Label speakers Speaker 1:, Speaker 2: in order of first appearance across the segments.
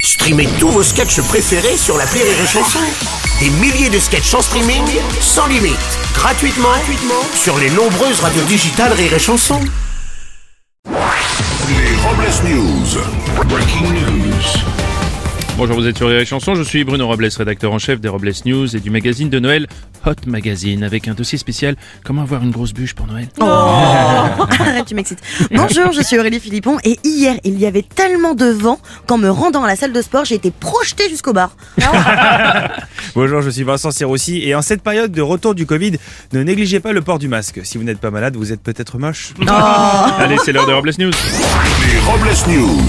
Speaker 1: Streamez tous vos sketchs préférés sur la Rire et Chanson. Des milliers de sketchs en streaming, sans limite, gratuitement, gratuitement sur les nombreuses radios digitales Rire et Chanson.
Speaker 2: Les Robles News. Breaking news.
Speaker 3: Bonjour, vous êtes sur les chansons, je suis Bruno Robles, rédacteur en chef des Robles News et du magazine de Noël Hot Magazine, avec un dossier spécial Comment avoir une grosse bûche pour Noël
Speaker 4: Arrête, tu m'excites. Bonjour, je suis Aurélie Philippon et hier, il y avait tellement de vent qu'en me rendant à la salle de sport, j'ai été projetée jusqu'au bar.
Speaker 5: Bonjour, je suis Vincent Serroussi et en cette période de retour du Covid, ne négligez pas le port du masque. Si vous n'êtes pas malade, vous êtes peut-être moche.
Speaker 3: Allez, c'est l'heure des Robles News.
Speaker 2: Les Robles News.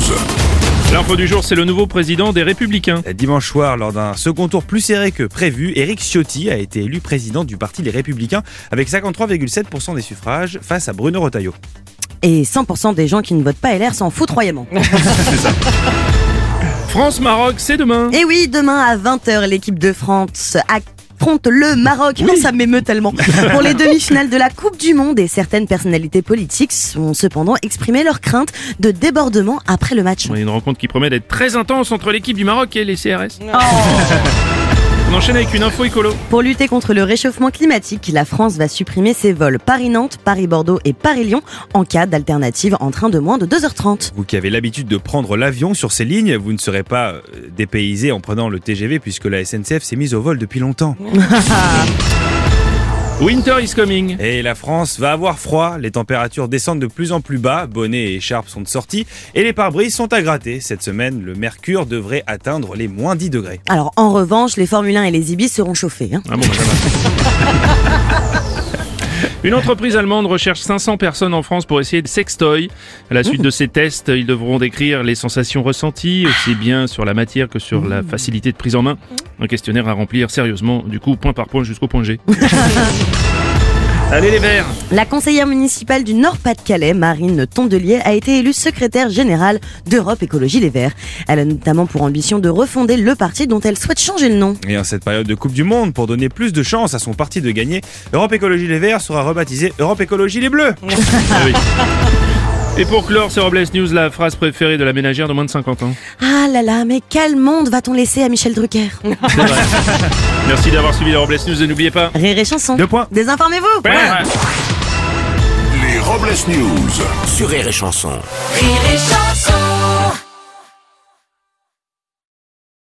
Speaker 3: L'info du jour, c'est le nouveau président des Républicains.
Speaker 5: Euh, Dimanche soir, lors d'un second tour plus serré que prévu, Éric Ciotti a été élu président du parti Les Républicains avec 53,7% des suffrages face à Bruno Retailleau.
Speaker 4: Et 100% des gens qui ne votent pas LR s'en foutent royalement.
Speaker 3: France-Maroc, c'est demain.
Speaker 4: Et oui, demain à 20h, l'équipe de France affronte le Maroc. Non, ça m'émeut tellement. Pour les demi-finales de la Coupe du Monde et certaines personnalités politiques ont cependant exprimé leur crainte de débordement après le match.
Speaker 3: On a une rencontre qui promet d'être très intense entre l'équipe du Maroc et les CRS. On enchaîne avec une info écolo.
Speaker 4: Pour lutter contre le réchauffement climatique, la France va supprimer ses vols Paris-Nantes, Paris-Bordeaux et Paris-Lyon en cas d'alternative en train de moins de 2h30.
Speaker 5: Vous qui avez l'habitude de prendre l'avion sur ces lignes, vous ne serez pas euh, dépaysé en prenant le TGV puisque la SNCF s'est mise au vol depuis longtemps.
Speaker 3: Winter is coming.
Speaker 5: Et la France va avoir froid, les températures descendent de plus en plus bas, bonnets et écharpes sont de sortie, et les pare-brises sont à gratter. Cette semaine, le mercure devrait atteindre les moins 10 degrés.
Speaker 4: Alors en revanche, les Formule 1 et les Ibis seront chauffés. hein.
Speaker 3: Ah bon, bah, ça va. Une entreprise allemande recherche 500 personnes en France pour essayer de sextoy. À la suite de ces tests, ils devront décrire les sensations ressenties, aussi bien sur la matière que sur la facilité de prise en main. Un questionnaire à remplir sérieusement, du coup, point par point jusqu'au point G. Allez les verts
Speaker 4: La conseillère municipale du Nord-Pas-de-Calais, Marine Tondelier, a été élue secrétaire générale d'Europe Écologie Les Verts. Elle a notamment pour ambition de refonder le parti dont elle souhaite changer le nom.
Speaker 5: Et en cette période de Coupe du Monde, pour donner plus de chances à son parti de gagner, Europe Écologie Les Verts sera rebaptisé Europe Écologie Les Bleus.
Speaker 3: Ah oui. Et pour clore ce Robles News, la phrase préférée de la ménagère de moins de 50 ans.
Speaker 4: Ah là là, mais quel monde va-t-on laisser à Michel Drucker
Speaker 3: Merci d'avoir suivi le Robles News et n'oubliez pas...
Speaker 4: Rire et chanson.
Speaker 5: Deux points.
Speaker 4: Désinformez-vous
Speaker 2: Les Robles News.
Speaker 1: Sur Rire et Chanson.
Speaker 6: Rire et chanson.